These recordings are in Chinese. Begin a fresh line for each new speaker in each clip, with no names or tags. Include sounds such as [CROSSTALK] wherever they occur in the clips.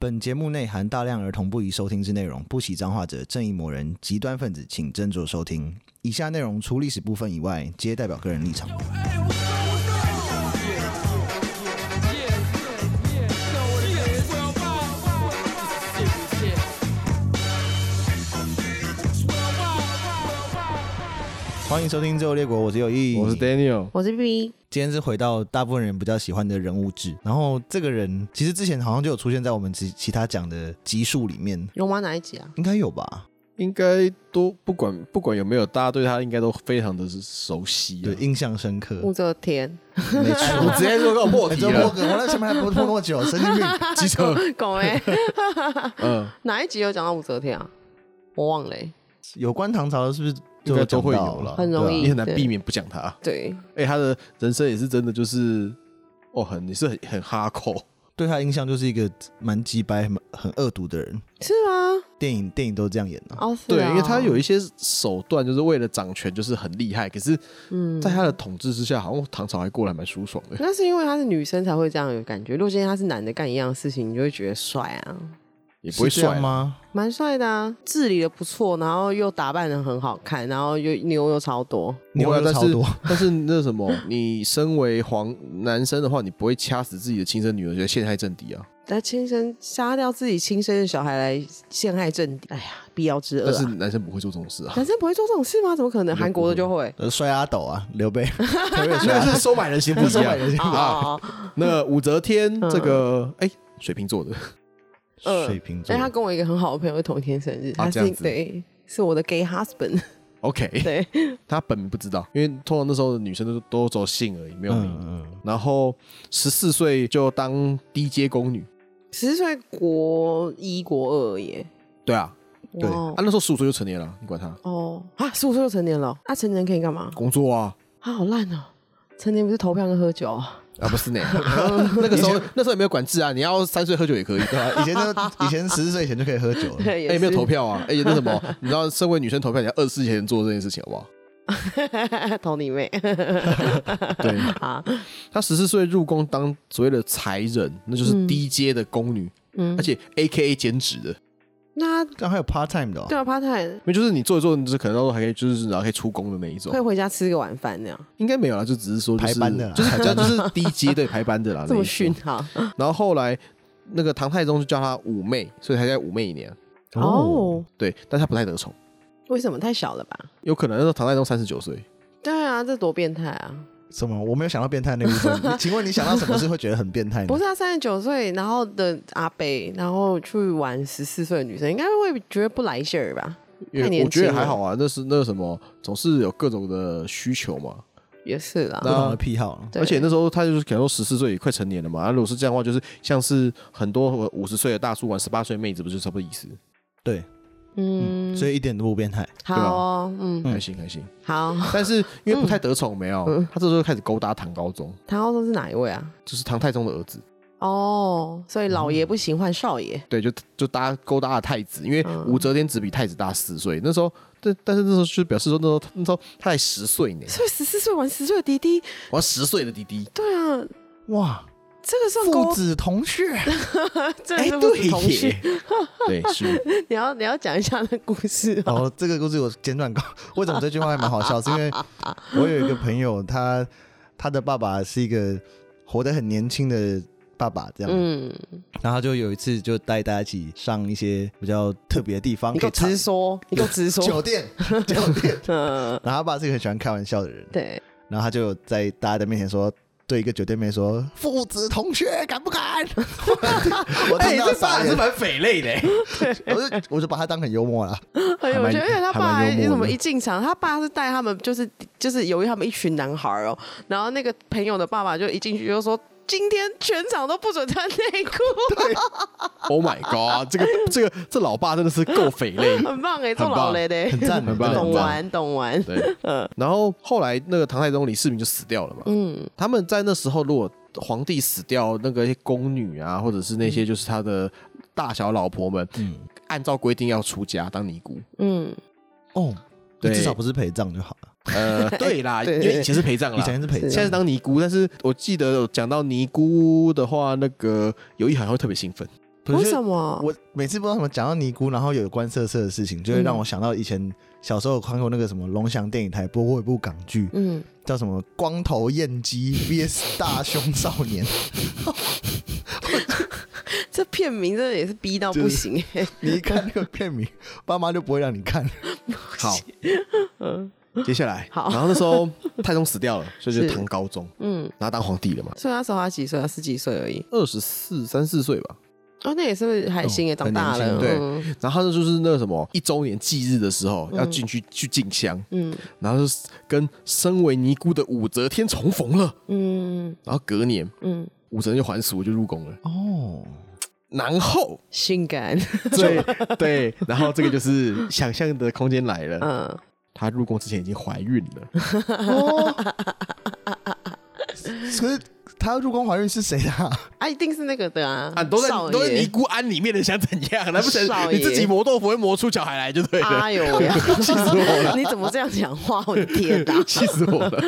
本节目内含大量儿童不宜收听之内容，不喜脏话者、正义魔人、极端分子，请斟酌收听。以下内容除历史部分以外，皆代表个人立场。欢迎收听《最后列国》，我是有意，
我是 Daniel，
我是 B，
今天是回到大部分人比较喜欢的人物志，然后这个人其实之前好像就有出现在我们其其他讲的集数里面，
有吗？哪一集啊？
应该有吧？
应该都不管不管有没有，大家对他应该都非常的熟悉、啊。
对，印象深刻。
武则 [LAUGHS] 天，
没
哎， [LAUGHS] 我直接就给我
[LAUGHS]
破
我
题
这破
了。
梗，我那前面还不破那么
[LAUGHS]
久，神经病！
记者，
狗哎，
[LAUGHS] 嗯，
[LAUGHS] 哪一集有讲到武则天啊？我忘了欸，
有关唐朝的是不是
应
就
该
有
都
讲
会
到啊
有了，
很容易
你很难
对
避免不讲他。
对，
哎、他的人生也是真的就是，哦，很你是很很哈口，
对他的印象就是一个蛮鸡掰、很很恶毒的人。
是吗？
电影电影都这样演的、
哦，是
对，
啊
因为他有一些手段就是为了掌权，就是很厉害，可是
嗯
在他的统治之下，好像唐朝还过得还蛮舒爽的。
那是因为她是女生才会这样有感觉。如果今天她是男的干一样的事情，你就会觉得帅啊，
也不会
是这
帅啊
样？吗？
蛮帅的啊，治理的不错，然后又打扮的很好看，然后又牛又超多，
牛肉
啊但
超
是
多，
[LAUGHS] 但是那什么，你身为皇男生的话，你不会掐死自己的亲生女儿，觉得陷害政敌啊？
他亲生杀掉自己亲生的小孩来陷害政敌，哎呀，必要之恶
但是
啊！
男生不会做这种事啊，
男生不会做这种事吗？怎么可能？韩国的就会。
呃，摔阿斗啊，刘备，
[LAUGHS]
刘备摔
那
阿斗
[LAUGHS] 是收买人心不一
收买人
样
心
啊。
哦，
那武则天这个，哎，水瓶座的，
呃
水瓶座
但，
哎
他跟我一个很好的朋友同一天生日，他
哦这
是、
样子
对，是我的 gay husband， [LAUGHS]
[LAUGHS] OK，
对，
她本名不知道，因为通常那时候的女生都都走姓而已，没有名。
嗯，
然后十四岁就当低阶宫女，
十岁国一国二耶，
对啊，
对
哇
啊那时候十五岁就成年了，你管她
哦啊，十五岁就成年了，那、成年可以干嘛？
工作啊
他、好烂哦，成年不是投票跟喝酒啊？
[LAUGHS] 啊不是呢，那个时候那时候也没有管制啊，你要三岁喝 [LAUGHS] 酒也可以。
对啊，以前就以前十四岁以前就可以喝酒了，
对，
哎、
也
没有
是
投，票啊！哎、那什 [LAUGHS] 么，你知道，身为女生投票，你要二十四前做这件事情，好不好？
投你妹
对，
啊，
她十四岁入宫当所谓的才人，那就是低阶的宫女，
嗯
而，且 A K A 兼职的，
那他
但还有 part time 的、哦，
对啊，帕泰
那就是你做一做，你就可能到时候还可以，就是然后可以出宫的那一种
会，回家吃个晚饭那样，
应该没有啦，就只是说、就是、
排班的啦
就是就是低阶对排班的 [LAUGHS] 啦，
这么
那一种
逊。啊哈？
然后后来那个唐太宗就叫她武媚，所以她叫武媚娘，
哦，
对，但她不太得宠，
为什么太小了吧？
有可能那时候唐太宗三十九岁，
对啊，这多变态啊！
什么？我没有想到变态那部分。
[LAUGHS]
你请问你想到什么事会觉得很变态呢？
不是他三十九岁，然后的阿北，然后去玩十四岁的女生，应该会觉得不来劲儿吧？
因
太
为
年
我觉得
轻
还
了
好啊，那是那个什么，总是有各种的需求嘛。
也是啦，
不同的癖好了。
对
而且那时候他就是可能说十四岁也快成年了嘛，那如果是这样的话，就是像是很多五十岁的大叔玩十八岁的妹子，不是差不多意思？
对，
嗯，
所以一点都不变态。
好哦，嗯，
开心开心。
好。
但是因为不太得宠，没有，他这时候开始勾搭唐高宗，
唐高宗是哪一位啊？
就是唐太宗的儿子，
哦，所以老爷不行，换少爷。
对，就就搭勾搭了太子，因为
嗯
武则天只比太子大四岁，那时候。但但是那时候就表示说，那时候那时候他才十岁呢，
所以十四岁玩十岁的弟弟，
我十岁的弟弟，
对啊，
哇，
这个算
父
勾，
子同穴，
真的
哎，
是父
对
子同
耶
学。，
对是，
[LAUGHS] 你要你要讲一下那故事吗？
哦，这个故事我简短告。 [LAUGHS] 为什么这句话还蛮好笑？是因
[LAUGHS]
为我有一个朋友，他他的爸爸是一个活得很年轻的爸爸，这样。
嗯，
然后他就有一次就带大家一起上一些比较特别的地方，
你给我
可以
直说，你给我
[LAUGHS]
直
唱酒
说。
店，酒
[LAUGHS]
店。
嗯，
然后他爸是一个很喜欢开玩笑的人，
对，
然后他就有在大家的面前说。对一个酒店妹说：“父子同学，敢不敢？”
[LAUGHS]
我
哎
听到傻眼，
蛮匪类的，
我就我就把他当很幽默啦。
哎
还
呦，我
蛮
觉得因为他
还
爸
蛮幽默
还
的
怎么一进场，他爸是带他们，就是就是由于他们一群男孩哦，然后那个朋友的爸爸就一进去就说。今天全场都不准穿内裤，，
[LAUGHS] Oh my god！这个这个这老爸真的是够匪类
很棒哎，
棒
做老雷的，
很
[LAUGHS]
赞
很棒
懂
很棒。
玩懂玩，
对，然后后来那个唐太宗李世民就死掉了嘛。
嗯，
他们在那时候，如果皇帝死掉，那个宫女啊，或者是
嗯
那些就是他的大小老婆们，
嗯
按照规定要出家当尼
[LAUGHS]
姑。
嗯，
哦，
对
至少不是陪葬就好了。
呃，对啦，
对
因为以前是陪葬
以
啦。
前是陪
是
现在
葬
是，当尼姑，但是我记得有讲到尼姑的话，那个有一涵会特别兴奋，
可是
为什么？
我每次不知道怎么讲到尼姑，然后有关色色的事情，
嗯
就会让我想到以前小时候看过那个什么龙翔电影台播过一部港剧，
嗯，
叫什么《光头燕姬 VS 大胸少
[LAUGHS]
年》，
这片名真的也是逼到不行、欸。 [LAUGHS]
你一看那个片名，爸妈就不会让你看。
好，接下来，
嗯好
然后那时候太宗死掉了，所以就是唐高宗，
嗯，
然后当皇帝了嘛，
所以那时候他几岁啊？十几岁而已。
二十四三四岁吧。
哦，那也是还行，也长大
很
了。
年
对
嗯，
然后他就是那个什么一周年忌日的时候要进去去进香，
嗯
然后就是跟身为尼姑的武则天重逢了，
嗯
然后隔年
嗯，
武则天就还俗就入宫了，
哦，
然后
性感。 [LAUGHS]
对对，然后这个就是想象的空间来了，
嗯，
她入宫之前已经怀孕了，
[LAUGHS] 哦
[LAUGHS] 可是他入宫怀孕是谁的、啊？
啊，一定是那个的啊，
啊，都在
少爷
都在
[LAUGHS]
尼姑庵里面的，想怎样？难不成
少爷
你自己磨豆腐会磨出小孩来就对了？
哎呦喂啊
[LAUGHS] 气死我
[LAUGHS]
了！
你怎么这样讲话？我的天
[LAUGHS]
哪！
气死我了！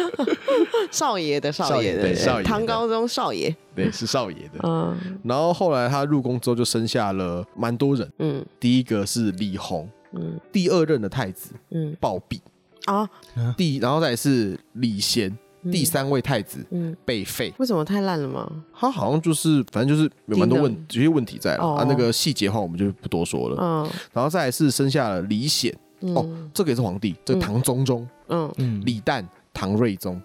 少爷的少爷的，
对少爷的
唐高宗少爷。
对，是少爷的。
嗯
然后后来他入宫之后，就生下了蛮多人。
嗯
第一个是李弘，
嗯
第二任的太子
嗯
暴毙，
啊
第然后再来是李贤，第三位太子
嗯，
被废。
为什么太烂了吗？
他好像就是，反正就是有蛮多问
丁，
有些问题在了。
哦
啊，那个细节的话我们就不多说了。
嗯
然后再来是生下了李显，哦，这个也是皇帝，这个唐中宗。
嗯，
嗯，
李旦、唐睿宗，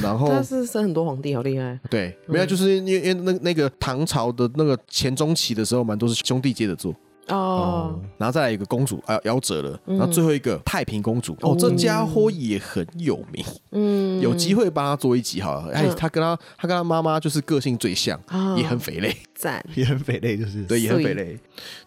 然后
他嗯是生很多皇帝，好厉害。
对，没有，就是因为因为那那个唐朝的那个前中期的时候，蛮多是兄弟接着做，
哦，
然后再来一个公主啊，夭折了，
嗯
然后最后一个太平公主，哦，这家伙也很有名，
嗯，
有机会帮他做一集好了。哎，他跟他他跟他妈妈就是个性最像，
啊
也很肥
[LAUGHS]
累，
赞，
也很匪类，就是
对，也很肥
所
累。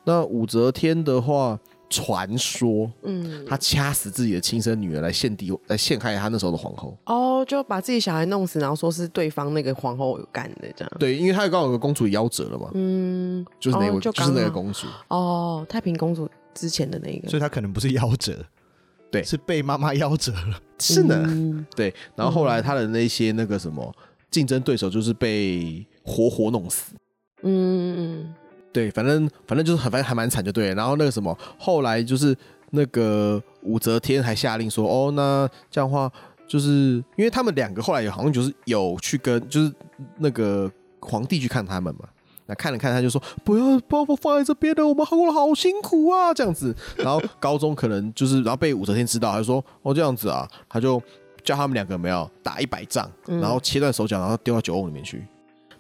那武则天的话。传说，
嗯，
她掐死自己的亲生女儿来献帝，来陷害她那时候的皇后。
哦，就把自己小孩弄死，然后说是对方那个皇后干的这样。
对，因为她刚好有个公主夭折了嘛，
嗯，
就是那
哦
位，
就
就是
刚
那个
好
公主。
哦，太平公主之前的那一个
所以他可能不是夭折，
对
是被妈妈夭折了。
是呢，
嗯
对。然后后来他的那些那个什么竞争对手，就是被活活弄死。
嗯嗯
对，反正反正就是很反正还蛮惨就对了。然后那个什么，后来就是那个武则天还下令说，哦，那这样的话，就是因为他们两个后来也好像就是有去跟就是那个皇帝去看他们嘛。那看了看，他就说不要把我放在这边了，我们韩国人好辛苦啊，这样子。然后高中可能就是，然后被武则天知道，他就说哦这样子啊，他就叫他们两个有没有打一百仗，
嗯
然后切断手脚，然后丢到酒瓮里面去。
嗯，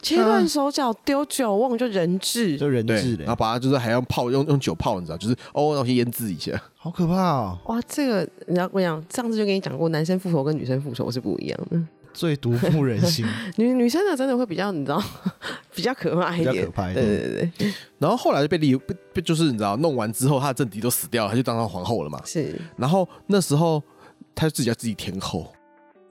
切断手脚丢酒瓮就人质，
就人
对
质，嘞
然后，把它就是还要泡，用用酒泡，你知道，就是哦，那我先腌制一下。 [LAUGHS]
好可怕哦！
哇，这个你知道我讲，上次就跟你讲过，男生复仇跟女生复仇是不一样的。
最毒妇人
[LAUGHS]
心，
女女生的真的会比较，你知道，比较可怕一
比较
点
可。怕一
对
点。
对对对，
然后后来就被立，被被就是你知道，弄完之后，他的政敌都死掉了，他就当上皇后了嘛。
是
然后那时候她自己叫自己天后，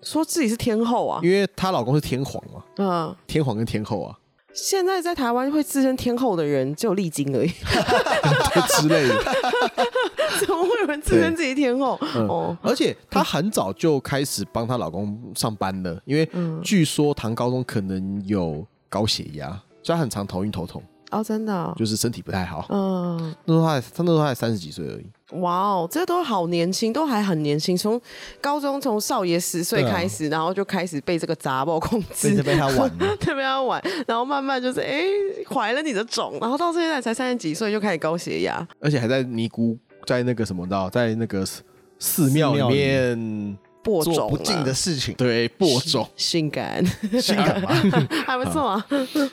说自己是天后啊，
因为她老公是天皇嘛，
嗯、
天皇跟天后啊 [LAUGHS]
现在在台湾会自称天后的人只有丽晶而已，
对之类的。
怎么会有人自称自己天后？
嗯
哦，
而且她很早就开始帮她老公上班了，因为
嗯，
据说唐高宗可能有高血压，所以她很常头晕头痛，
哦，真的哦、
就是身体不太好。
嗯，
那时候她才她那时候她才三十几岁而已。
哇哦，这都好年轻，都还很年轻，从高中从少爷十岁
对啊
开始，然后就开始被这个杂报控
被
制，
这，被他玩了
[LAUGHS] 特别要玩，然后慢慢就是哎怀了你的种，然后到现在才三十几岁就开始高血压，
而且还在尼姑在那个什么的，在那个寺寺庙
寺
里
庙里
面
播种
做不
啊，
敬的事情，
对播种
性感，
[LAUGHS] 性感嘛？
还不错啊。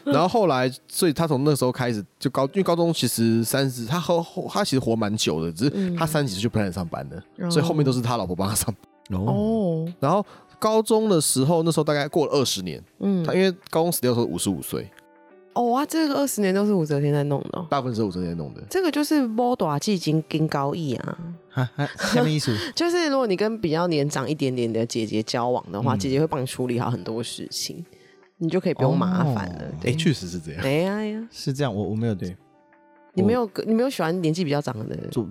然后后来，所以他从那时候开始就高，因为高中其实三十，他后后他其实活蛮久的，只是他三十几岁就不太能上班了，
嗯
所以后面都是他老婆帮他上班。
哦，
哦，
然后高中的时候，那时候大概过了二十年，
嗯
他，因为高中死掉的时候五十五岁，
哦哇，这个二十年都是武则天在弄的哦、
大部分是武则天
哎
弄的。
这个就是摸短技经跟高义啊，
哈哈下面一组，
就是如果你跟比较年长一点点的姐姐交往的话，
嗯
姐姐会帮你处理好很多事情，你就可以不用麻烦了。
哦
[LAUGHS] 哎，确实
[LAUGHS]
是这样。
哎呀哎呀，
是这样，我我没有对，
你没有你没有喜欢年纪比较长的，
就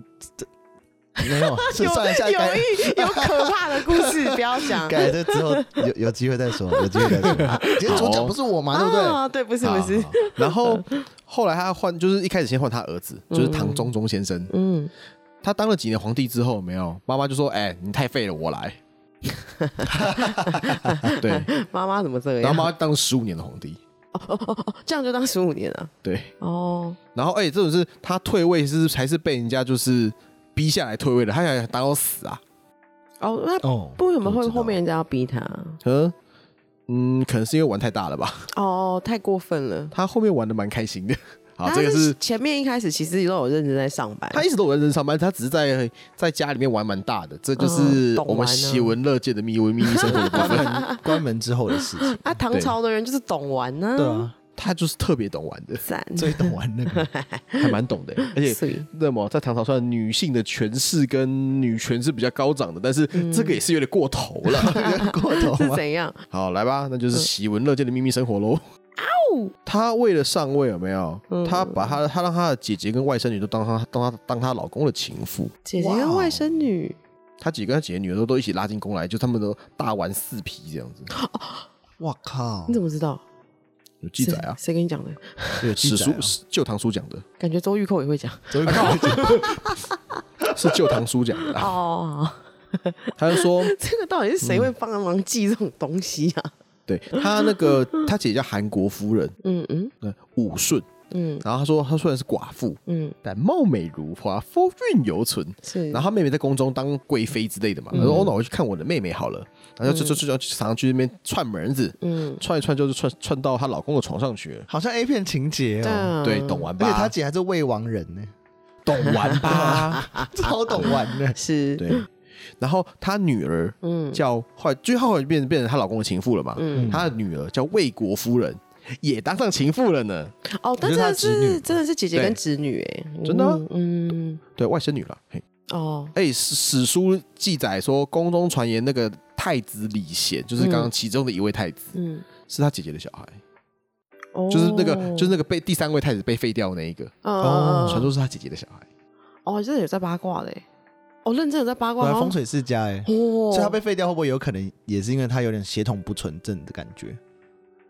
没有， [LAUGHS] 是
有
算一下
有
改
意有可怕的故事，不要
[LAUGHS]
讲。
改这之后有有机会再说，有机会再说。 [LAUGHS] 今天主
哦
角不是我嘛，对不对？
啊，对，不是不
好
是，嗯
好
[LAUGHS]
然后后来他换，就是一开始先换他儿子，就是唐中宗先生。
嗯，
他当了几年皇帝之后，有没有妈妈就说：“哎、你太废了，我
[LAUGHS]
来。”对，
妈妈怎么这
然后
样？
妈妈当十五年的皇帝。
这样就当十五年了。
对，
哦，
然后哎、这种是他退位是还是被人家就是逼下来退位的，他想打到死啊？
哦，那
哦，
为什么
不
会
知道
后面人家要逼他？
嗯嗯，可能是因为玩太大了吧？
哦，太过分了。
他后面玩的蛮开心的。好，
他
这个是
前面一开始其实都有认真在上班，
他一直都有认真上班，他只是在在家里面玩蛮大的，这就
嗯
是
懂
我们
玩啊
喜闻乐见的秘密秘密生活的部
关
分。
门关门之后的事情，
啊，唐朝的人就是懂玩
[LAUGHS]
呢、
对，啊，
他就是特别
[LAUGHS]
懂玩的，
赞，
最懂玩那
[LAUGHS]
个，
还蛮懂的，而且。
碎
那么，在唐朝算女性的权势跟女权是比较高涨的，但是这个也是有点过头了。
过头
是
哦
吗？
怎样？
好，来吧，那就是喜闻乐见的秘密生活喽。他为了上位，有没有？
嗯
他把他他让他的姐姐跟外甥女都当他当他当他老公的情妇，
姐姐
哇
跟
哦
外甥女，
他姐跟他姐姐女儿都都一起拉进宫来，就他们都大玩四皮这样子，
我靠
你，怎么知道？
有记载啊
谁，谁跟你讲的？
有
史
记载
书
啊
《旧唐书》讲的，
感觉周玉蔻也会讲
怎么搞
是《旧唐书》讲的啊。
哦。
他就说，
[LAUGHS] 这个到底是谁
嗯
会帮忙记这种东西啊？
对他那个他姐叫韩国夫人，
嗯嗯
呃武顺，
嗯
然后他说他虽然是寡妇，
嗯，
但貌美如花，风韵犹存。
是。
然后他妹妹在宫中当贵妃之类的嘛，他说：“哦，那我去看我的妹妹好了。”然后就就就就常常去那边串门子，
嗯，
串一串就是串串到她老公的床上去了。
[LAUGHS] 好像 A 片情节
对
哦。
啊
对，懂玩
而且
吧？
他姐还是未亡人呢，
懂玩吧？
[LAUGHS] 超懂玩的。
是，
对。然后她女儿
嗯
叫后来，最后来变变成她老公的情妇了嘛？
嗯，
她的女儿叫魏国夫人，也当上情妇了呢。
哦，
我
但
觉得她的
真的
侄女
是真的是姐姐跟侄女哎，
真的啊
嗯，嗯
对外甥女了。嘿，
哦，
哎，史史书记载说，宫中传言那个太子李贤，就是刚刚其中的一位太子，
嗯，
是他姐姐的小孩。
哦
就是那个，就是那个被第三位太子被废掉的那一个，
哦
哦，
传说是他姐姐的小孩。
哦，这有在八卦的耶，哦，认真有在八
果
卦，
啊
然
好
风
像
水世家哎，
哦，
所以他被废掉会不会有可能也是因为他有点血统不纯正的感觉？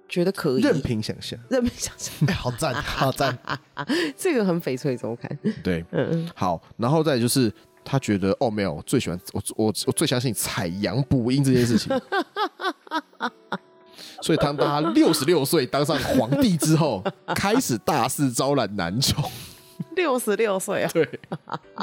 觉得可以，
任凭想象，
任凭想象，
[LAUGHS] 哎，好赞，好赞！
这个很翡翠周刊，
对，
嗯嗯，
好，然后再来就是他觉得哦，没有，我最喜欢我我我最相信采阳补阴这件事情。所以当他六十六岁当上皇帝之后，开始大肆招揽男宠。
[LAUGHS] 六十六岁啊，
对，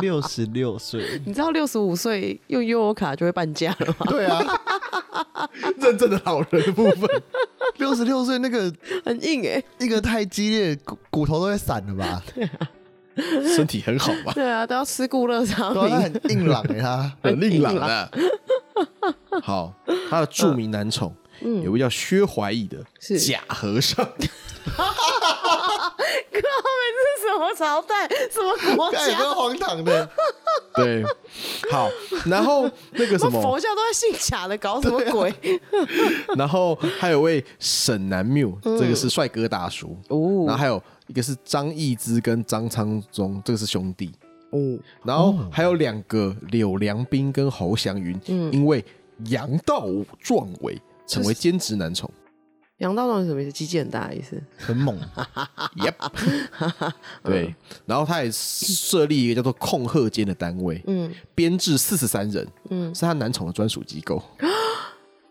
六十六岁，
你知道六十五岁用悠游卡就会半价了吗？
对啊，
认证的老人的部分，
[LAUGHS] 六十六岁那个
很硬哎，
一个太激烈，骨骨头都会散了吧？
身体很好吧？
对啊，都要吃固乐 [LAUGHS] 沙
对啊，他
明，
很硬朗哎， [LAUGHS] 他
很硬朗的。好，他的著名男宠、有位叫薛怀义的
嗯是
假和尚。
靠，这是什么朝代， [LAUGHS] 什么国
干也
家
跟？荒唐的，
[LAUGHS]
对，好，然后那个什
那佛
么，
教都在信假的，搞什么鬼？
然后还有位沈南缪，这个是帅哥大叔，
嗯哦
然后还有一个是张易之跟张昌宗，这个是兄弟，
哦，
然后还有两个柳良斌跟侯祥云，
嗯
因为杨道武壮伟成为兼职男宠。
[LAUGHS] 杨道宗是什么意思？基建大的意思？
很猛。
嗯
Yep，对，
[LAUGHS]
然后他也设立一个叫做控鹤间的单位，
嗯
编制四十三人，
嗯，
是他男宠的专属机
[LAUGHS]
构，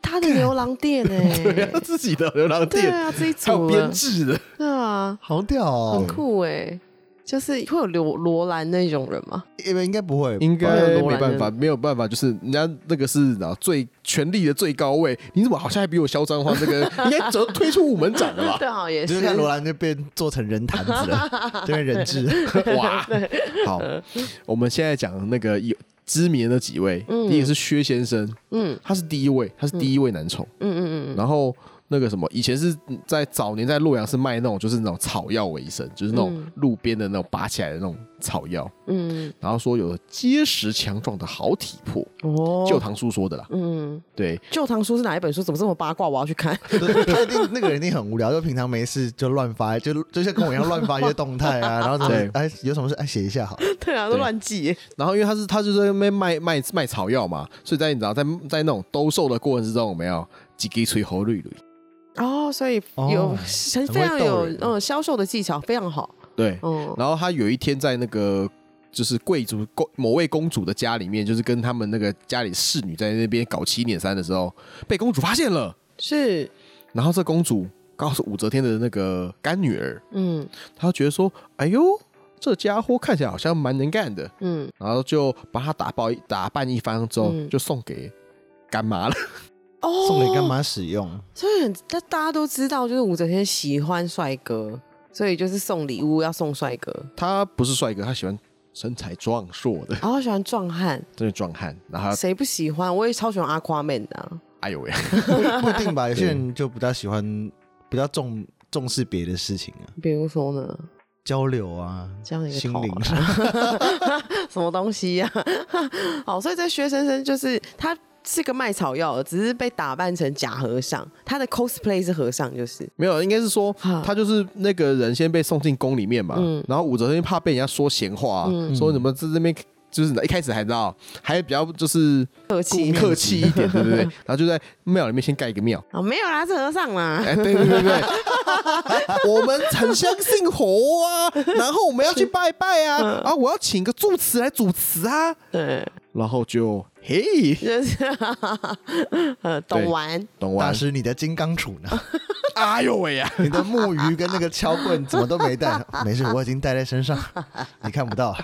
他的牛郎店
对
哎
[LAUGHS] 啊，，自己的流浪
对
店，
啊，自己
还有
组
编
了，
制的，
对啊，
好屌
很
哦！
酷哎，就是会有罗罗兰那种人吗？
因为应该不会，
[LAUGHS] 应
会
该
有罗
没
兰
办法，
人
没有办法，就是人家那个是啊最权力的最高位，你怎么好像还比我嚣张的话，这个 [LAUGHS] 应该早就推出午门斩了
[LAUGHS]
吧？
对，好也
就是是看罗兰就变做成人坛子 [LAUGHS] 了，这边人质。
哇，好，我们现在讲那个有知名的那几位，
嗯
第一个是薛先生，
嗯
他是第一位，他是第一位男宠，
嗯嗯嗯嗯，
然后。那个什么，以前是在早年在洛阳是卖那种就是那种草药为生，就是那种
嗯
路边的那种拔起来的那种草药，
嗯，
然后说有结实强壮的好体魄，
哦，
旧唐书说的啦。
嗯，
对，
旧唐书是哪一本书？怎么这么八卦？我要去 [LAUGHS] 看。
他一定那个人一定很无聊，就平常没事就乱发，就就像跟我一样乱发一些动态啊，然后怎
对
么哎有什么事哎写一下好了，
对啊，都
对
乱记。
然后因为他是他就是在那边卖卖卖草药嘛，所以在你知道在在那种兜售的过程之中，有没有几滴吹喉绿绿？
哦，所以
哦
有很
会
非常
逗
有
人
嗯销售的技巧，非常好。
对，
嗯，
然后他有一天在那个就是贵族公某位公主的家里面，就是跟他们那个家里侍女在那边搞七捻三的时候，被公主发现了。
是，
然后这公主刚好是武则天的那个干女儿，
嗯
她觉得说：“哎呦，这家伙看起来好像蛮能干的。
嗯，”
然后就把她打包打扮一番之后，
嗯
就送给干妈了。
哦，
送给干？妈使用。
所以很，但大家都知道，就是武则天喜欢帅哥，所以就是送礼物要送帅哥，
她不是帅哥，她喜欢身材壮硕的， [LAUGHS]
然后喜欢壮汉，
真的壮汉。然后她
谁不喜欢？我也超喜欢阿夸妹的啊。
哎呦喂， [LAUGHS]
不不一定吧，有些人就比较喜欢，比较重重视别的事情啊，
比如说呢，
交流啊，
这样一个
心
头
灵。
[LAUGHS] 什么东西呀、 [LAUGHS] 好，所以这薛先生就是他是个卖草药的，只是被打扮成假和尚，他的 cosplay 是和尚，就是
没有，应该是说
哈
他就是那个人先被送进宫里面嘛，
嗯
然后武则天怕被人家说闲话、啊，说怎么在这边就是一开始还知道，还比较就是
客气
客气一
嗯
点，对不对？ [LAUGHS] 然后就在庙里面先盖一个庙， [LAUGHS]
啊，没有啦，是和尚啦。
哎，对对对对， [LAUGHS] 我们很相信佛啊，然后我们要去拜拜
嗯
啊，啊，我要请个住持来主持啊，
对，
然后就嘿，
就是 [LAUGHS] 呃，懂玩
懂
大
完，
师，你的金刚杵呢？
哎呦喂呀、
你的木鱼跟那个敲棍怎么都没带？没事，我已经带在身上，你看不到。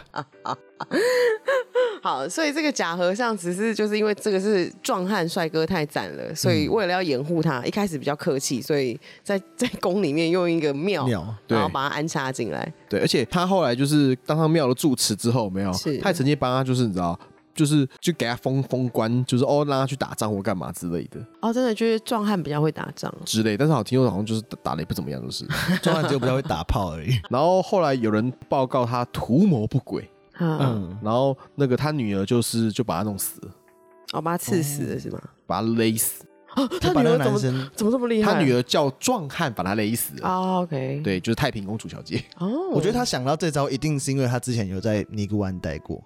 好，所以这个假和尚只是就是因为这个是壮汉帅哥太赞了，所以为了要掩护他，一开始比较客气，所以在 [LAUGHS] 在宫里面用一个庙，
鸟，
对
然后把他安插进来。
对，而且他后来就是当上庙的住持之后，有没有，
是
他也曾经帮他，就是你知道，就是就给他封封官，就是哦让他去打仗或干嘛之类的
哦，真的就是壮汉比较会打仗，
之类。但是好听说好像就是打打的也不怎么
[LAUGHS]
样，就是。
中汉只有比较会打炮而已。
然后后来有人报告他图谋不轨，
啊，
嗯，
然后那个他女儿就是就把他弄死了，
我哦把他刺死
哦
了是吗？
把他勒死。
哦，他
就把
女
那个
儿怎
男
么
生
怎么这么厉害？
他女儿叫壮汉把他勒死了。
啊，OK，，
对，就是太平公主小姐。
哦，
我觉得他想到这招，一定是因为他之前有在尼姑湾待过，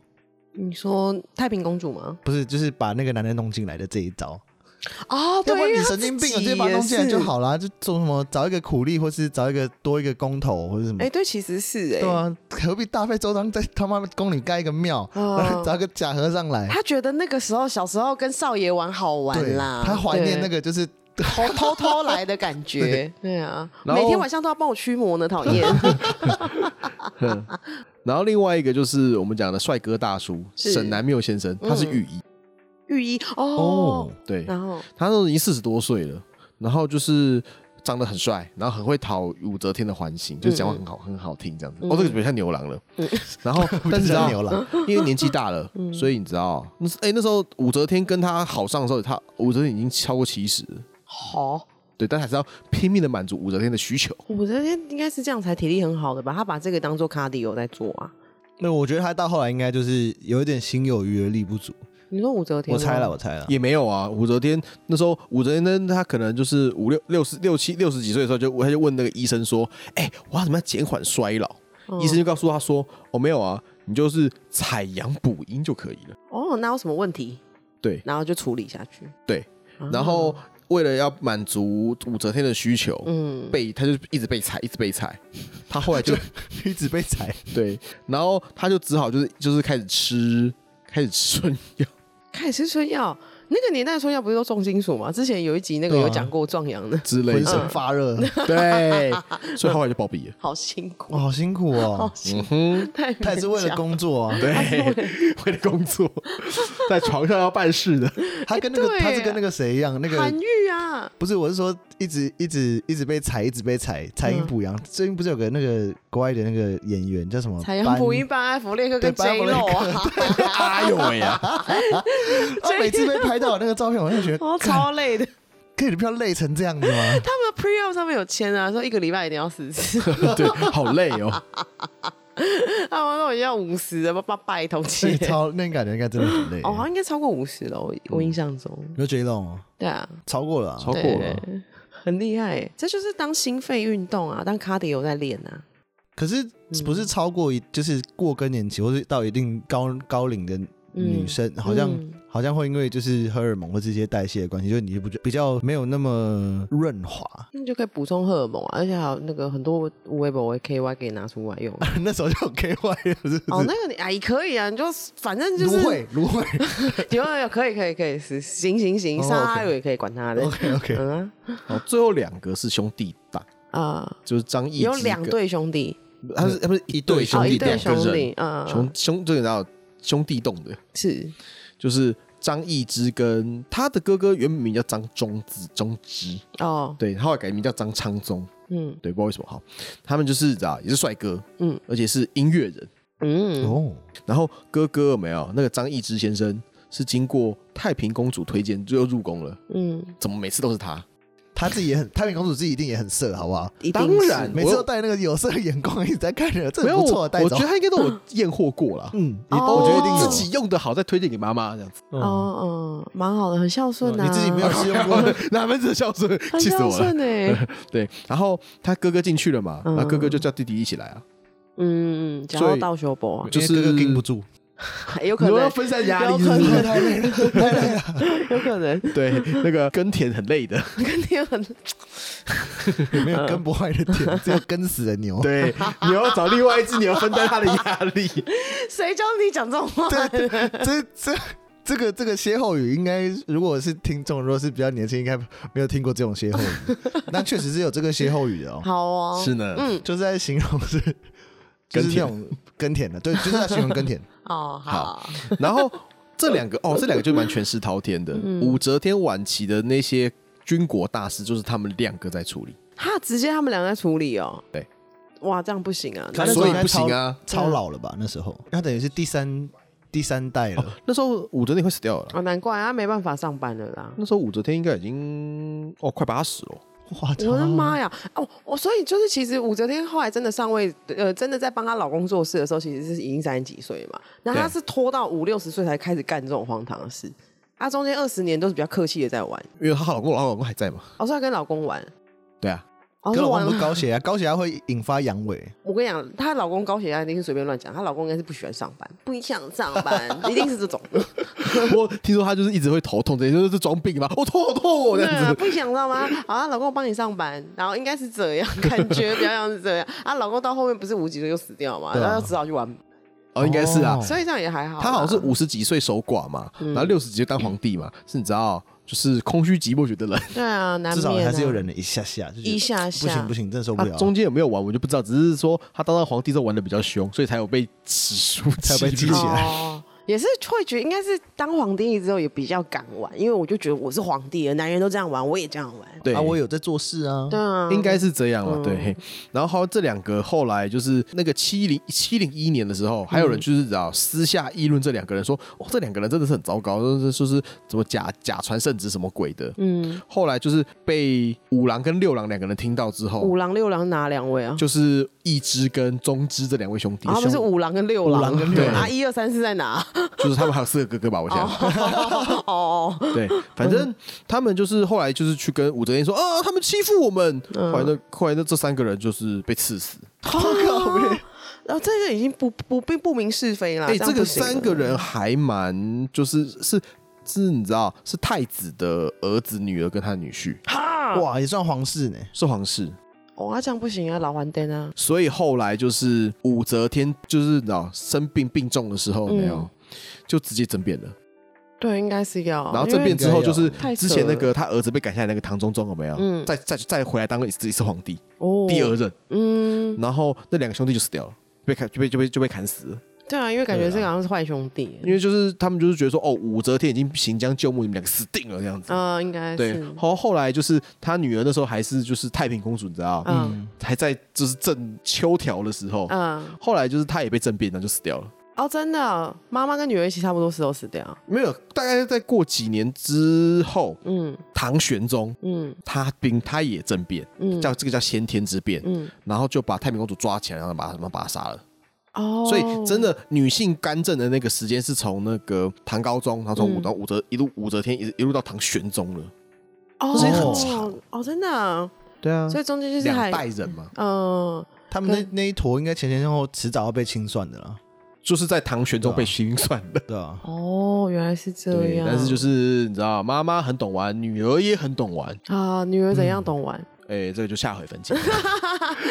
你说太平公主吗？
不是，就是把那个男人弄进来的这一招。
哦，
要
对，
不然
因
你
为他
神经病，啊
自
你直接
己
把他
也
弄进来
是
就好啦，就做什么找一个苦力，或是找一个多一个工头，或者什么
哎、。对，其实是哎、
对啊，何必大费周章在他妈宫里盖一个庙， [LAUGHS]
嗯
然后找个假和尚来？
他觉得那个时候小时候跟少爷玩好
对
玩啦，，
他怀念
对
那个就是
偷偷偷来的感觉，对啊，
然后
每天晚上都要帮我驱魔呢，讨
[LAUGHS]
厌，
然后另外一个就是我们讲的帅哥大叔
是
沈南缪先生，他是御医。
御医哦
哦，，
对，
然后
他都已经四十多岁了，然后就是长得很帅，然后很会讨武则天的欢心，就是讲话很好、很好听这样子。哦，这个比较像牛郎了。然后，但
[LAUGHS]
是
像
他
牛郎，
因为年纪大了，所以你知道，那是哎、那时候武则天跟他好上的时候，他武则天已经超过七十，
好，
对，但还是要拼命的满足武则天的需求。
我这天应该是这样才体力很好的吧？他把这个当做 cardio 在做啊？
那我觉得他到后来应该就是有一点心有余而力不足，
你说武则天
我
吗，
猜了，我猜了。
也没有啊，武则天那时候，武则天呢，她可能就是五六六十六七六十几岁的时候就，她就问那个医生说：“哎、我要怎么样减缓衰老？”
嗯
医生就告诉她说：“哦，没有啊，你就是采阳补阴就可以了。
哦，那有什么问题？
对
然后就处理下去，
对，
啊
然后为了要满足武则天的需求，
嗯，
被她就一直被踩，一直被踩。她后
[LAUGHS]
来就
[LAUGHS] 一直被踩，
对，然后她就只好就是就是开始吃，开始吃春药。
开始吃春药。那个年代的春药不是都重金属吗？之前有一集那个
对啊
有讲过壮阳的，
之类
浑
的，
身发
[LAUGHS]
热，
对，所以后来就暴毙了。
好辛苦， [LAUGHS]
哇，好辛苦
好
哦。
辛苦，
嗯，
太
他也是为
勉
了
强
工作啊，
对，为了工作，在床上要办事的。
他跟那个
对
他是跟那个谁一样，那
韩
个
愈啊，
不是，我是说一直一直一直被踩，一直被
嗯
踩，踩阴补阳。最近不是有个那个国外的那个演员叫什么？
采阳
班
补阴班艾弗列克跟
对班艾
J
弗列
Lo
克
啊，
哎呦喂呀！
他哦每次被拍到有那个照片，我就觉
[LAUGHS]
得，
[LAUGHS] 哦，超累的。
可以不要累成这样子吗？
他们的 pre op 上面有签啊，说一个礼拜一定要四次。
对，好累哦。
[LAUGHS] 他们都已经要五十了，拜拜托
所以
起。
超那你感觉应该真的很累。
哦，好像应该超过五十了，我我印象中。
你说 J Long
对啊，
超过了啊、
超过
对
了，，
很厉害耶。这就是当心肺运动啊，当卡迪有在练啊。
可是不是超过一，就是过更年期或是到一定高高龄的女生，好像、
嗯
好像会因为就是荷尔蒙或这些代谢的关系，就是你不觉比较没有那么润滑， [LAUGHS]
那就可以补充荷尔蒙啊，而且还有那个很多微博 KY 可以拿出来用。
那时候就有 K Y 了，是不
哦，
是？
那个你哎可以啊，你就反正就
芦
是
荟，芦荟
有有有可以可以可以是行行行，
哦
沙
OK
拉油也可以管他的。
，OK 呃 OK，
嗯
哦，最后两个是兄弟档，
啊啊，
就是张译
有
之
两
跟，
对兄弟，
他是他不是一对兄
哦一
弟，
对
两个
兄
人
弟，嗯，
兄兄这个叫兄弟洞的，
是
就是张易之跟他的哥哥原本名叫张忠之，忠之，
哦，
对，后来改名叫张昌宗，
嗯
对，不知道为什么好，他们就是啊也是帅哥，
嗯，
而且是音乐人，
嗯，
哦，
然后哥哥有没有那个张易之先生是经过太平公主推荐就入宫了，
嗯，
怎么每次都是他？
她自己也很，太平公主自己一定也很色，好不好？
一
当
定是
然
每次都带那个有色的眼光一直在看人，这
没
很
有，
不错，
我
带
我
走
觉。得他应该都有验货过啦。
嗯，你
哦
我觉得一定有
自己用的好，再推荐给妈妈这样子。
嗯
哦哦，蛮好的，很孝顺啊，
你自己没有试
[LAUGHS]
用过，
哪门子的孝顺，
很
气死
孝
我了。
顺哎，
对，然后他哥哥进去了嘛，
嗯
那哥哥就叫弟弟一起来啊，
嗯，嗯，讲
所
到
以
倒修博啊，
就是
因为哥哥盯不住，
有
你
可
们要
能，
分散压力，
有
是
可
不
能
是？
太累了，太累了。
有可能， [LAUGHS]
对，那个耕田很累
[LAUGHS]
的，
肯定很
没有跟不坏的点，只有跟死的牛。
嗯对，你要找另外一只牛分担他的压力。
谁教你讲这种话？
对，这这这个这个歇后语，应该如果是听众，如果是比较年轻，应该没有听过这种歇后语。那确实是有这个歇后语的哦，
好 [LAUGHS] 哦，
是呢，
嗯，
就是在形容是就是那种耕田的，对，就是在形容耕田。
哦，好，
然后这两个哦，这两个就蛮权势滔天的。
嗯
武则天晚期的那些军国大事，就是他们两个在处理。
哈，直接他们两个在处理哦，
对，
哇，这样不行啊，
他那时
所
候
以
应该
不行
超
啊，
超老了吧？那时候他等于是第三第三代了，
哦那时候武则天快死掉了啦。
哦，难怪他没办法上班了啦。
那时候武则天应该已经哦快八十了，
哇！
我的
操
妈呀！哦，我所以就是，其实武则天后来真的上位，呃，真的在帮她老公做事的时候，其实是已经三十几岁了嘛。那她
对
是拖到五六十岁才开始干这种荒唐的事，她中间二十年都是比较客气的在玩，
因为她老公老公还在嘛。
哦，是她跟老公玩，
对啊，
哦，
跟
是
老
玩
公不是
了。
高血压，高血压会引发阳痿。
我跟你讲，她老公高血压一定是随便乱讲，她老公应该是不喜欢上班，不想上班，
[LAUGHS]
一定是这种。
[LAUGHS] 我听说她就是一直会头痛，这些就是装病嘛，我痛好痛哦这
对
样
啊，
子。
不想上班，好，她老公帮你上班，然后应该是这样，感觉比较像是
[LAUGHS]
这样。啊，老公到后面不是五几岁就死掉嘛，
对啊
然后就只好去玩，
哦，应该是啊
哦，
所以这样也还好啦。
她好像是五十几岁守寡嘛，
嗯
然后六十几就当皇帝嘛，是你知道，就是空虚寂寞觉得冷。
对啊，难免、啊、
至少还是有忍了一下下，就觉得
一下下
不行不行，真的受不
她
了，啊
中间有没有玩我就不知道，只是说她当上皇帝之后玩的比较凶，所以才有被史书
才有被
记
记
录
起来
哦，也是会觉得应该是当皇帝之后也比较敢玩，因为我就觉得我是皇帝了，男人都这样玩，我也这样玩。
对
啊，我有在做事啊，
对啊，
应该是这样了，对。然后这两个后来就是那个七零七零一年的时候，还有人就是找私下议论这两个人说，哦，这两个人真的是很糟糕，就是就是怎么假假传圣旨什么鬼的。
嗯，
后来就是被五郎跟六郎两个人听到之后，
五郎六郎哪两位啊？
就是义之跟宗之这两位兄弟，
啊他们是
兄
五郎跟六郎，
五郎跟六
郎
啊，一二三四在哪？
[LAUGHS] 就是他们还有四个哥哥吧，我想。
哦哦，
对，反正他们就是后来就是去跟武则天说啊，他们欺负我们。
嗯
后来那后来那这三个人就是被刺死。
好然后哦这个已经不不并不明是非啦。
哎、
啊样
这个
不行
三个人还蛮就是是是，你知道是太子的儿子、女儿跟他女婿
哈，哇，
哇，也算皇室呢，
是皇室，
哇，这样不行啊，老黄灯啊，
所以后来就是武则天就是你知道生病病重的时候
嗯
没有。就直接政变了，
对，应该是要。
然后
这
政
边
变之后
应该
就
要
是
太扯
之前那个他儿子被赶下来那个唐中宗有没有？
嗯
再再再回来当一次一次皇帝，
哦
第二，任，
嗯，
然后那两个兄弟就死掉了，被砍就被就被就被砍死了，
对啊，因为感觉
对啊
这个好像是坏兄弟，
因为就是他们就是觉得说哦武则天已经行将就木，你们两个死定了这样子。
啊，应该
对
是，，
后后来就是她女儿那时候还是就是太平公主，你知道，
嗯
还在就是正秋条的时候，
嗯，
后来就是她也被政变，然后就死掉了。
哦，真的哦，妈妈跟女儿一起差不多时候死掉。
没有，大概再过几年之后，
嗯
唐玄宗
嗯
他兵他也政变，
嗯
叫这个叫先天之变，
嗯，
然后就把太平公主抓起来，然后把他们把她杀了。
哦，
所以真的女性干政的那个时间是从那个唐高宗，然后
嗯
从武到武则一路武则天一直一路到唐玄宗了，
哦，
时间
很
长
哦，真的啊，
对啊，
所以中间就是
两
还
代人嘛，
嗯，
他们那那一坨应该前前后后迟早要被清算的啦，
就是在唐玄宗被清算的。
对
[LAUGHS]
啊，
哦，原来是这
对，
样，
但是就是你知道，妈妈很懂玩，女儿也很懂玩。
啊，女儿怎样懂玩？ [LAUGHS]
哎，这个就下回分解。 [LAUGHS]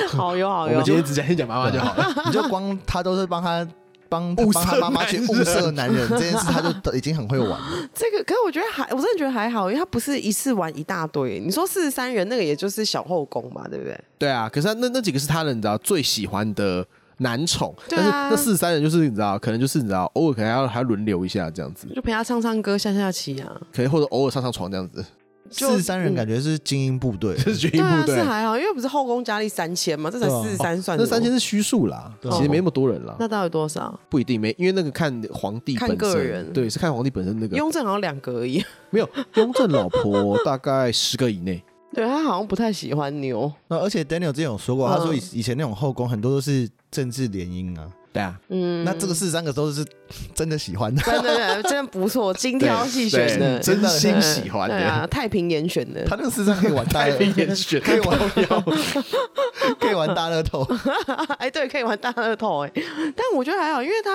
好哟 [LAUGHS]
我
好哟啊
们，今天只讲先讲妈妈就好了。
你就光他都是帮他帮
物色
帮他妈妈去
男人
物色男人这件事，他就已经很会玩了。
这个可是我觉得还，我真的觉得还好，因为他不是一次玩一大堆。你说四十三人那个也就是小后宫嘛，对不对？
[LAUGHS] 对啊，可是他那那几个是他的，你知道最喜欢的男宠，
对
但
啊
是那四十三人就是你知道，可能就是你知道，偶尔可能还要还要轮流一下这样子，
就陪他唱唱歌、下下棋啊。
可能或者偶尔上上床这样子，
[LAUGHS] 就
四十三人感觉是精英部
[LAUGHS]
队，
这是决
[LAUGHS] 对
定
啊
部，
是
队。
还好，因为不是后宫佳丽三千嘛，这才
对啊
四十三算、
那三千，是虚数啦，
对
其实没那么多人啦，
那到底多少？
不一定没，因为那个看皇帝
哦看
本身，
个人
对，是看皇帝本身那个
雍正好像两个而已。 [LAUGHS]
没有雍正老婆大概十个以内，
对他好像不太喜欢牛。
那而且 Daniel 之前有说过，他说以
嗯
以前那种后宫很多都是政治联姻啊，
对啊，
嗯，
那这个四十三个都是真的喜欢
[LAUGHS]
的，
真的真的不错，精
对
挑细选的，
对
真
真
的
心喜欢
对啊，
的，
太平严选的。
他那个四十三可以玩大
太
乐，
平严选，
可以玩 [LAUGHS] 可以玩大乐透，
[LAUGHS] 哎，对，可以玩大乐透哎，但我觉得还好，因为他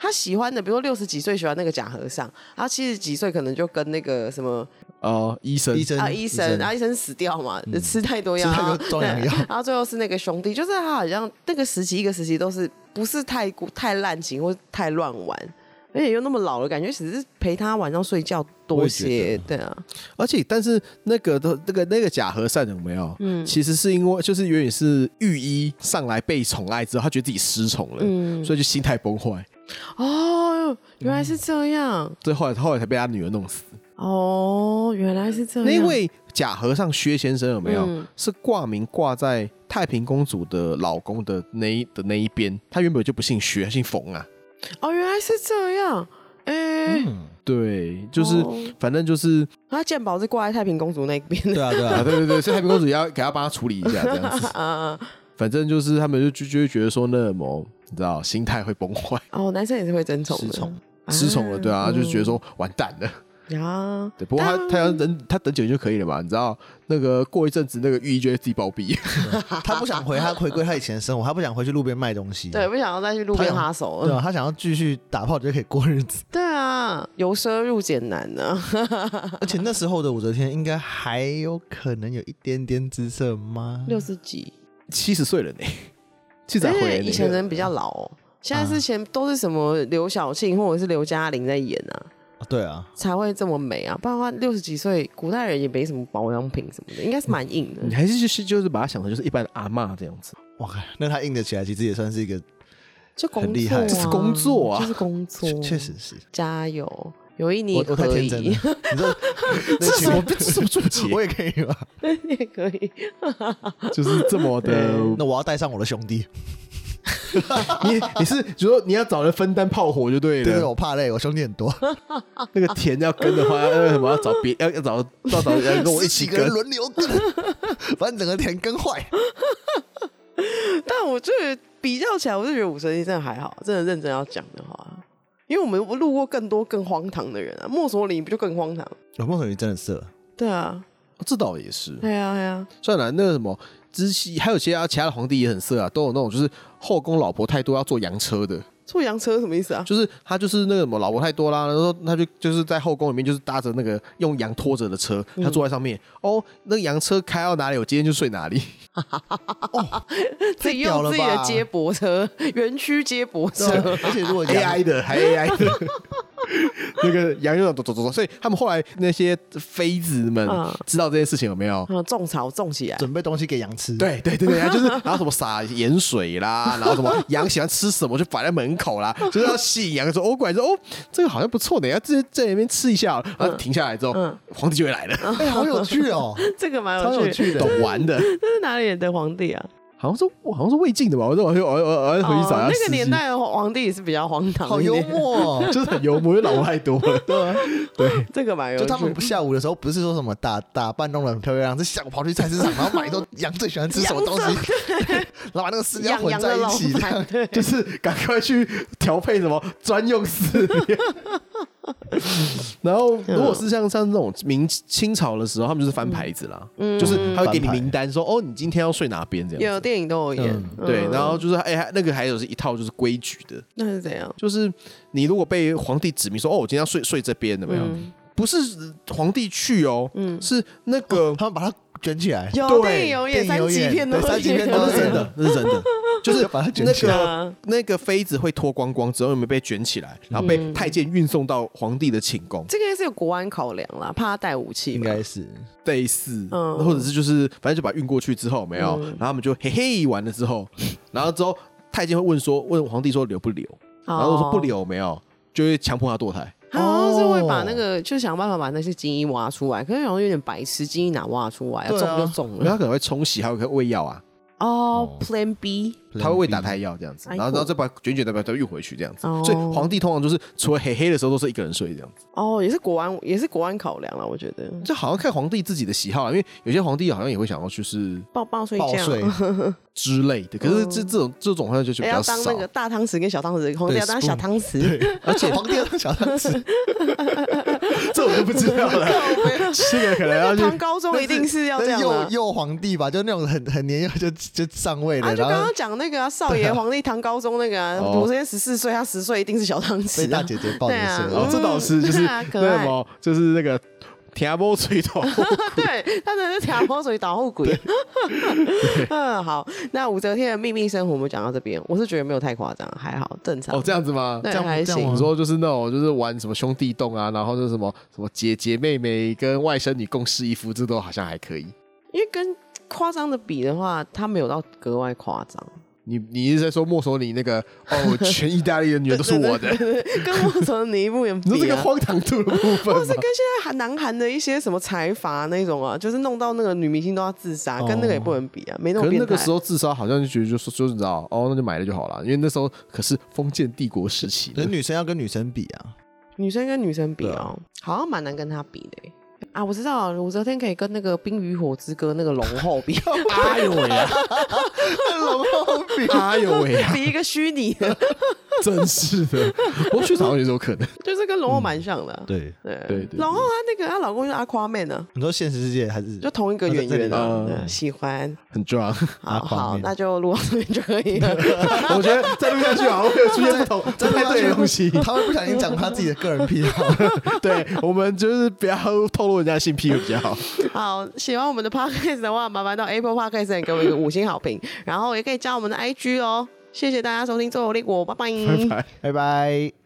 他喜欢的，比如说六十几岁喜欢那个假和尚，然后七十几岁可能就跟那个什么
哦，医
[LAUGHS]
生
医，生嗯
啊医生，然后医生死掉嘛，吃太多药，
吃太多
然后
壮阳
对
药
然后最后是那个兄弟，就是他好像那个时期一个时期都是不是太过太滥情或太乱玩，而且又那么老了，感觉只是陪他晚上睡觉
我
多
也觉
些，对啊，
而且但是那个的那个那个假和尚有没有？嗯，其实是因为就是有点是御医上来被宠爱之后，他觉得自己失宠了，
嗯
所以就心态崩坏，
哦，原来是这样，
所以后来后来才被他女儿弄死。
哦，原来是这样，
那位假和尚薛先生有没有、
嗯
是挂名挂在太平公主的老公的那一的那一边？他原本就不姓薛，他姓冯啊。
哦，原来是这样，哎、
嗯，
对，就是、
哦
反正就是
他鉴宝啊是挂在太平公主那边的
对啊对
啊，
[LAUGHS]
啊，
对对对，所以太平公主也要给他帮他处理一下这样子。
啊。
反正就是他们就就就会觉得说那么你知道心态会崩坏，
哦，男生也是会争宠
失
的，
宠，
失宠了，对
嗯
啊，就觉得说完蛋了。
嗯呀，
对，不过他
但
他要等他等久就可以了嘛，你知道那个过一阵子那个御医就会自己暴毙。
他不想回他回归他以前的生活，他不想回去路边卖东西，啊
对，不想要再去路边哈手
对
了。
啊，他想要继续打炮就可以过日子。 [LAUGHS]
对啊，由奢入俭难啊呢。
而且那时候的武则天应该还有可能有一点点姿色吗？
六十几，
[LAUGHS] 七十岁了呢，七十
而
还
且
哎
会呢
以前人比较老哦，现在之前都是什么刘晓庆或者是刘嘉玲在演啊，
啊对啊，
才会这么美啊。不然的话，六十几岁古代人也没什么保养品什么的，应该是蛮硬的。
你还是就是就是把它想成就是一般的阿嬷这样子， [LAUGHS]
哇，那她硬得起来，其实也算是一个，
就工作、啊，
很厉害
这是工作啊
就是工作，
确确实是。
加油，有一你
我我太
可
天真了，
以，
你说
这是什么这是什么注解？
[LAUGHS] 我也可以吗？
你 [LAUGHS] 也可以。
就是这么的。
那我要带上我的兄弟，
你你是就说你要找人分担炮火就对
对对，
了，
我怕累，我兄弟很多，
那个田要跟的话，要要什么要找别要要找要找人跟我一起
[LAUGHS] 十几个人
跟。
轮流跟，把你整个田耕坏。
[LAUGHS] 但我就是比较起来，我就觉得武神一真的还好，真的认真要讲的话，因为我们路过更多更荒唐的人啊，墨索里尼不就更荒唐？
有梦想你真的色，
对啊，
这倒也是，
对啊，对啊，
算了，那个什么，之前还有其他其他的皇帝也很色啊，都有那种就是后宫老婆太多要坐洋车的，
坐洋车什么意思啊？
就是他就是那个什么老婆太多啦，然后他就就是在后宫里面就是搭着那个用羊拖着的车，他坐在上面，哦，那个羊车开到哪里，我今天就睡 [LAUGHS] 哪里。
自己
屌
用
了
自己的
吧
接驳车， [LAUGHS] 园区接驳车，
而且如果
[LAUGHS]
讲
AI 的，还 AI 的。那个杨院长走走走走，所以他们后来那些妃子们
嗯
知道这件事情有没有？
[LAUGHS] 啊，种草种起来，
准备东西给羊吃，，
对对对对，
[LAUGHS]
他就是然后什么撒盐水啦，然后什么羊喜欢吃什么就摆在门口啦，就是要吸引羊说哦，过来说哦，这个好像不错呢，要在在那边吃一下哦，然
嗯
后停下来之后，皇帝就会来了，
哎，好有趣哦，
这个蛮
超
嗯有
有趣
趣的。
的。
懂玩
[LAUGHS]
的，
这是哪里人的皇帝啊？
好像是好像是魏晋的吧，我这我我我我要回去找一下
哦，那
史
个
记
年代的皇帝也是比较荒唐一
好
点，
[LAUGHS]
幽默、哦，
[LAUGHS] 啊
就是很幽默，因为老婆太多了。
对，
这个蛮有
就
趣。
他们下午的时候不是说什么打打扮弄得很漂亮，是下午跑去菜市场，然后买一堆羊最喜欢吃什么东西， [LAUGHS] 然后把那个饲料
[LAUGHS] 养
混
羊
在
的
一
老
起，这样
板，对，
就是赶快去调配什么专用饲料。然后，如果是像像这种明清朝的时候，他们就是翻牌子啦，就是他会给你
翻牌
名单说，哦，你今天要睡哪边这样。
有电影都有演。嗯
对，然后就是哎、还那个还有是一套就是规矩的，
那是怎样？
就是你如果被皇帝指明说，哦，我今天要睡睡这边，怎么样？不是皇帝去哦，是那个、哦
他们把它卷起来，
有
对
电影有演，
电影
三
有
级
演
片都
对
有
三级片
演
都有
那是真
演
的，那是真的，就是
把它卷
那
起来
个
啊
那个妃子会脱光光，只要有没有被卷起来，然后被太监运送到皇帝的寝宫，
这个应该是有国安考量啦，怕他带武器
应
吧。
该是
类似，
嗯
或者是就是反正就把运过去之后有没有，然后他们就嘿嘿完了之后，然后之后太监会问说问皇帝说留不留，
哦
然后如果说不留有没有，就会强迫他堕胎。
他好像是会把那
哦
个，就想办法把那些精英挖出来，可是好像有点白痴，精英哪挖出来？
对
中
啊
就中
然后他
了。
可能会冲洗，还有可能喂药啊，
哦，Plan B，
他会喂打胎药这样子，
哎
然
呦
后然后再把卷卷的把它运回去这样子，
哦
所以皇帝通常就是除了嘿嘿的时候都是一个人睡这样子。
哦，也是国安，也是国安考量了，我觉得。
这好像看皇帝自己的喜好啊，因为有些皇帝好像也会想要就是
抱抱睡
报
觉，
税，
[LAUGHS]
之类的，可是这这种这种好像就
啊哎
比
要
较
当
少
那，个大汤匙跟小汤匙，皇帝
对
要当小
spoon
汤匙。 [LAUGHS]
而且皇帝要当小当吃，
[LAUGHS] 这我就不知道
[LAUGHS]
了。这个可能啊要去
唐高宗一定是要这样啊
幼
的。
幼皇帝吧，就那种很很年幼就就上位
啊，
了，
就刚
然后
刚讲那个啊，少
[LAUGHS]
爷皇帝唐高宗那个啊，
哦
我现在十四岁，他十岁一定是小汤
被
匙
大
啊。
姐姐抱着
对啊
睡
哦，，这倒是就是
嗯 [LAUGHS]
那
啊可
什
爱
么，就是那个田波吹
[LAUGHS]
头，
对，他真的是挑毛水打后鬼。 [LAUGHS] 嗯，好，那武则天的秘密生活我们讲到这边，我是觉得没有太夸张，还好正常。
哦，这样子吗？
对，
这样
还
这样
行
吗
你。说就是那种就是玩什么兄弟洞啊，然后就是什么什么姐姐妹妹跟外甥女共侍一夫，这都好像还可以。
因为跟夸张的比的话，他没有到格外夸张。
你你一直在说墨索里那个哦，全意大利的女人都是我的，
跟莫索尼不远
[LAUGHS] 你说这
比
个
啊。
荒唐度的部分
或 [LAUGHS]
吗
是？跟现在韩南韩的一些什么财阀那种啊，就是弄到那个女明星都要自杀，跟那个也不能比啊，没那
哦可
么
是
变
那
态。
个时候自杀好像就觉得就说就是你知道哦，那就买了就好了，因为那时候可是封建帝国时期
可
的
是。女生要跟女生比啊，
女生跟女生比
对
啊
哦，好像蛮难跟她比的欸、啊，我知道了，武则天可以跟那个《冰与火之歌》那个龙后
[LAUGHS]
比，
[LAUGHS] 哎呦喂啊！ [LAUGHS] 哎呦喂啊！
比一个虚拟的，
[LAUGHS] 真是的，我去好像也是有可能。
就是跟龙后蛮像的啊、
对，
对
对对
龙后她那个她老公就是阿夸妹呢，
你说现实世界还是
就同一个演员啊
啊在这里吗
对喜欢。
很壮。
好好，
Aquaman
那就录到这边就可以
[LAUGHS]
了。
我觉得再录下去好像会出现不同、不太对的东西。
[LAUGHS] 他会不小心讲他自己的个人癖
[LAUGHS]
好，
对我们就是不要透露人家性癖会比较好。
好，喜欢我们的 podcast 的话，麻烦到 Apple Podcast 给我们一个五星好评，然后也可以加我们的 IG 哦。谢谢大家收听《最后立国》，拜拜
拜拜。